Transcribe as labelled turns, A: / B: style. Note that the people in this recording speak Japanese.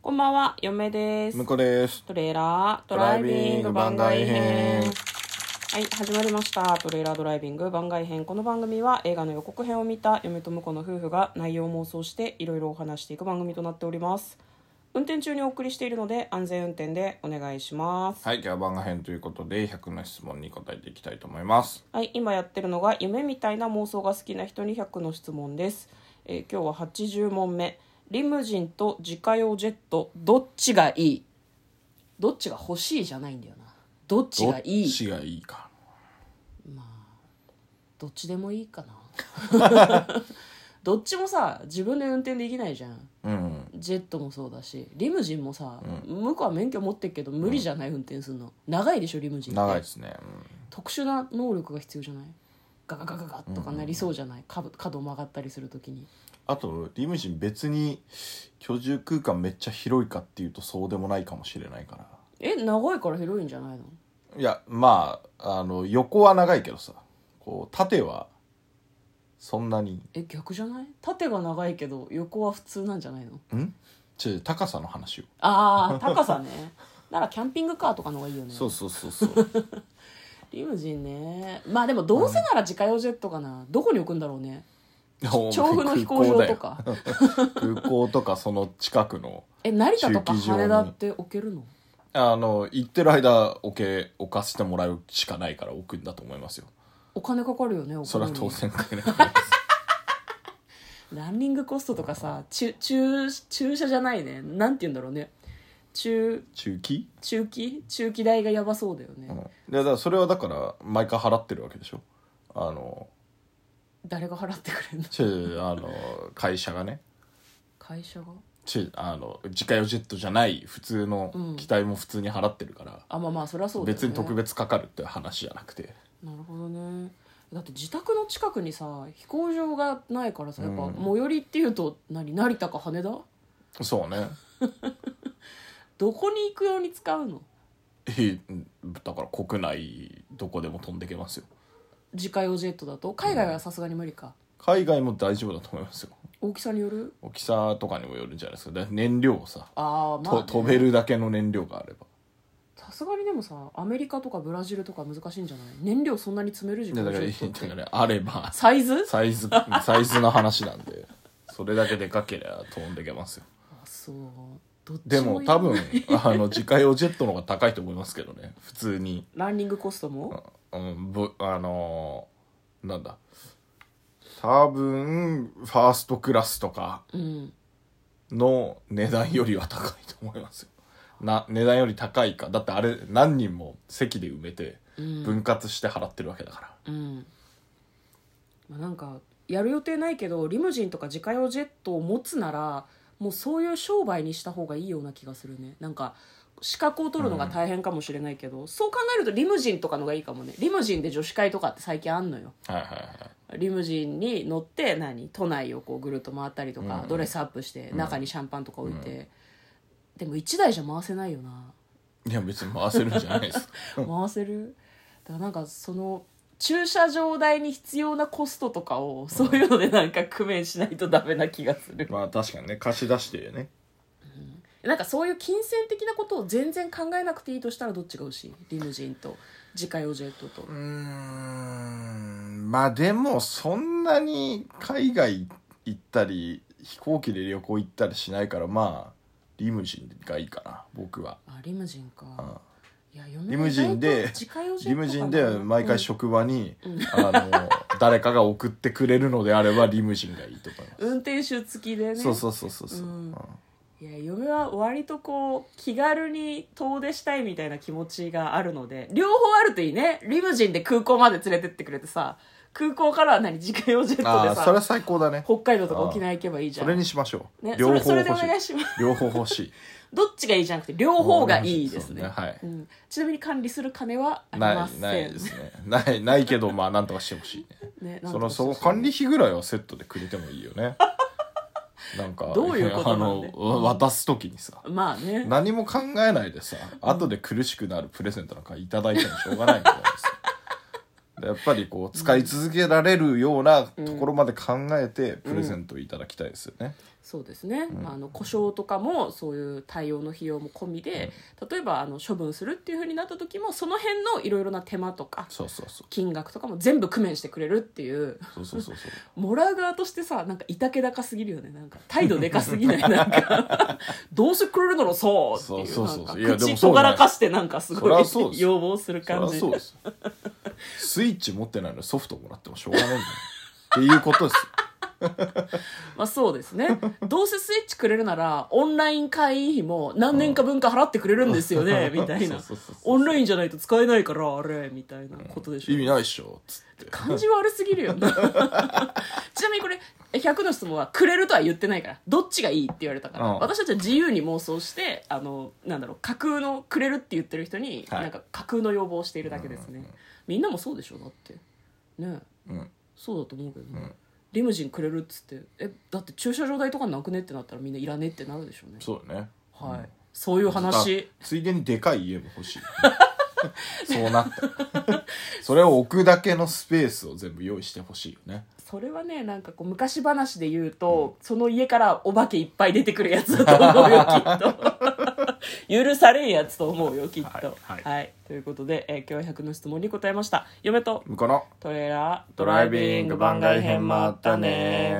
A: こんばんは、嫁です
B: 向。こうです
A: トレーラードライビング番外編。
B: ドライビング番外編
A: はい、始まりました。トレーラードライビング番外編。この番組は映画の予告編を見た嫁と婿の夫婦が内容を妄想していろいろお話していく番組となっております。運転中にお送りしているので安全運転でお願いします。
B: はい今日は番外編ということで100の質問に答えていきたいと思います
A: はい、今やってるのが夢みたいな妄想が好きな人に100の質問です。えー今日は80問目。リムジンと自家用ジェット、どっちがいいどっちが欲しいじゃないんだよな。どっちがい
B: どっ
A: い
B: ちがいいか
A: どっちでもいいかな。 どっちもさ、自分で運転できないじゃん。
B: うん
A: ジェットもそうだし、リムジンもさ、向こうは免許持ってるけど無理じゃない運転するの。長いでしょ、リムジンって。
B: 長いですね、
A: 特殊な能力が必要じゃないガガガガガとかなりそうじゃない、角角を曲がったりするときに
B: あとリムジン別に居住空間めっちゃ広いかっていうとそうでもないかもしれないか
A: え長いから広いんじゃないの
B: らいやまああの横は長いけどさこう縦はそんなに
A: え逆じゃない縦が長いけど横は普通なんじゃないの
B: んちょ高さの話を、
A: ああ高さねならキャンピングカーとかの方がいいよね
B: そうそうそうそう
A: リムジンねまあでもどうせなら自家用ジェットかな、どこに置くんだろうね 調布の飛行場とか
B: 空港とかその近くの
A: え成田とか
B: 駐機場に
A: 羽田って置けるの
B: あの行ってる間置け置かせてもらうしかないから置くんだと思いますよ
A: お金かかるよねお金
B: それは
A: に
B: 当然かけないです
A: ランニングコストとかさ駐駐駐車じゃないねなんて言うんだろうね駐
B: 中期、
A: 中期中期代がやばそうだよね、
B: うん、いやだからそれはだから毎回払ってるわけでしょあの
A: 誰が払ってくれるの
B: ちゅあの会社がね
A: 会社が
B: ちゅあの自家用ジェットじゃない普通の
A: うん
B: 機体も普通に払ってるから、
A: あまあまあそりゃそうだよね
B: 別に特別かかるって話じゃなくて
A: なるほどねだって自宅の近くにさ飛行場がないからさやっぱ
B: うん
A: 最寄りっていうと何成田か羽田
B: そうね
A: どこに行くように使うの
B: えだから国内どこでも飛んでけますよ
A: 自家用ジェットだと海外はさすがに無理か、
B: 海外も大丈夫だと思いますよ
A: 大きさによる
B: 大きさとかにもよるんじゃないですかだから燃料をさ
A: ああまあ、
B: と飛べるだけの燃料があれば
A: さすがにでもさアメリカとかブラジルとか難しいんじゃない燃料そんなに積める自
B: だ
A: 家
B: か
A: 用
B: ら
A: ジェ
B: だ
A: ットって
B: からあれば
A: サイズ
B: サイズサイズの話なんでそれだけでかけりゃ飛んでけますよ
A: あそうどっち
B: でも
A: いい
B: 多分あの自家用ジェットの方が高いと思いますけどね普通に、
A: ランニングコストも、
B: うん、ぶあのーなんだ多分ファーストクラスとか
A: うん、
B: の値段よりは高いと思いますよな値段より高いかだってあれ何人も席で埋めて
A: うん
B: 分割して払ってるわけだか
A: う
B: ら、
A: んまあ、なんかやる予定ないけどリムジンとか自家用ジェットを持つならもうそういう商売にした方がいいような気がするねなんか資格を取るのが大変かもしれないけど、そう考えるとリムジンとかのがいいかもねリムジンで女子会とかって最近あんのよ
B: はいはいはい
A: リムジンに乗って何都内をこうぐるっと回ったりとか、
B: うん
A: ドレスアップして中にシャンパンとか置いて、でも1台じゃ回せないよない
B: や別に回せるんじゃないです
A: 回せるだからなんかその駐車場代に必要なコストとかをそういうのでなんか工面しないとダメな気がする、
B: まあ確かにね貸し出してね
A: なんかそういう金銭的なことを全然考えなくていいとしたらどっちが欲しいリムジンと自家用ジェットと
B: うーんまあでもそんなに海外行ったり飛行機で旅行行ったりしないからまあリムジンがいいかな僕は、
A: あリムジンか、
B: うん
A: いや嫁
B: リムジン
A: 意
B: で
A: 外と自家用ジェットかな
B: リムジンで毎回
A: うん
B: 職場に、あの誰かが送ってくれるのであればリムジンがいいと思います、
A: 運転手付きでね
B: そうそうそうそうそう、
A: うん
B: うん
A: いや嫁は割とこう気軽に遠出したいみたいな気持ちがあるので両方あるといいねリムジンで空港まで連れてってくれてさ空港からは何自家用ジェット
B: あ
A: で
B: あそれは
A: さ
B: 最高だね
A: 北海道とか沖縄行けばいいじゃ
B: そ
A: ん
B: れにしましょう、
A: ね、そ
B: 両
A: れ
B: 方
A: それ
B: 欲
A: でお
B: しい
A: 願いします
B: 両方欲しい
A: どっちがいいじゃなくて両方がいいですね
B: そうねはい
A: うん、ちなみに管理する金はあり
B: な
A: ま
B: い
A: せん
B: ないですねない ないけどまあなんとかしてほしいね
A: ね なん
B: そ
A: とかし
B: の
A: て
B: そ
A: ほ
B: の
A: しい
B: 管理費ぐらいはセットでくれてもいいよ ねなんか
A: どういうことなんだよ
B: あの渡す時にさ
A: まあね
B: 何も考 えないでさ後で苦しくなるプレゼントなんかいただいてもしょうがないみたいですやっぱりこう使い続けられるようなところまで考えてプレゼントいただきたいですよね、
A: そうですね、あの故障とかもそういう対応の費用も込みで、例えばあの処分するっていうふうになった時もその辺のいろいろな手間とか
B: そうそうそう
A: 金額とかも全部工面してくれるっていう
B: そうそうそうそう
A: もらう側としてさなんかいたけだかすぎるよねなんか態度でかすぎ ないなんかどうしてくれるだろうそうっていう
B: そうそうそうそういや
A: なん
B: で
A: か
B: もそう
A: 口とがらかしてなんかす
B: そり
A: ごい
B: ゃそうです
A: 要望する
B: そり
A: 感
B: ゃ
A: じ
B: そうですよスイッチ持ってないのにソフトもらってもしょうがないんだよっていうことです
A: まあそうですねどうせスイッチくれるならオンライン会員費も何年か分か払ってくれるんですよ ね、
B: うん
A: みたいな
B: そうそうそうそう
A: オンラインじゃないと使えないからあれみたいなことでしょ、
B: 意味ないっしょっつって
A: 感じ悪すぎ るよなちなみにこれ100の質問はくれるとは言ってないからどっちがいいって言われたから、
B: うん
A: 私たちは自由に妄想してあのなんだろう架空のくれるって言ってる人に、
B: はい
A: なんか架空の要望をしているだけですね、みんなもそうでしょだってねえ
B: うん
A: そうだと思うけどね、リムジンくれるっつってえだって駐車場代とかなくねってなったらみんないらねってなるでしょうね
B: そうだね
A: はい、そういう話
B: あついでにでかい家も欲 しいそうなったらそれを置くだけのスペースを全部用意してほしいよね
A: それはねなんかこう昔話で言うと、その家からお化けいっぱい出てくるやつだと思うよ きっと許されんやつと思うよきっと
B: はいはい
A: ということで、えー今日は100の質問に答えました嫁と
B: 向こうの
A: トレーラード
B: ドライビング番外編もあったね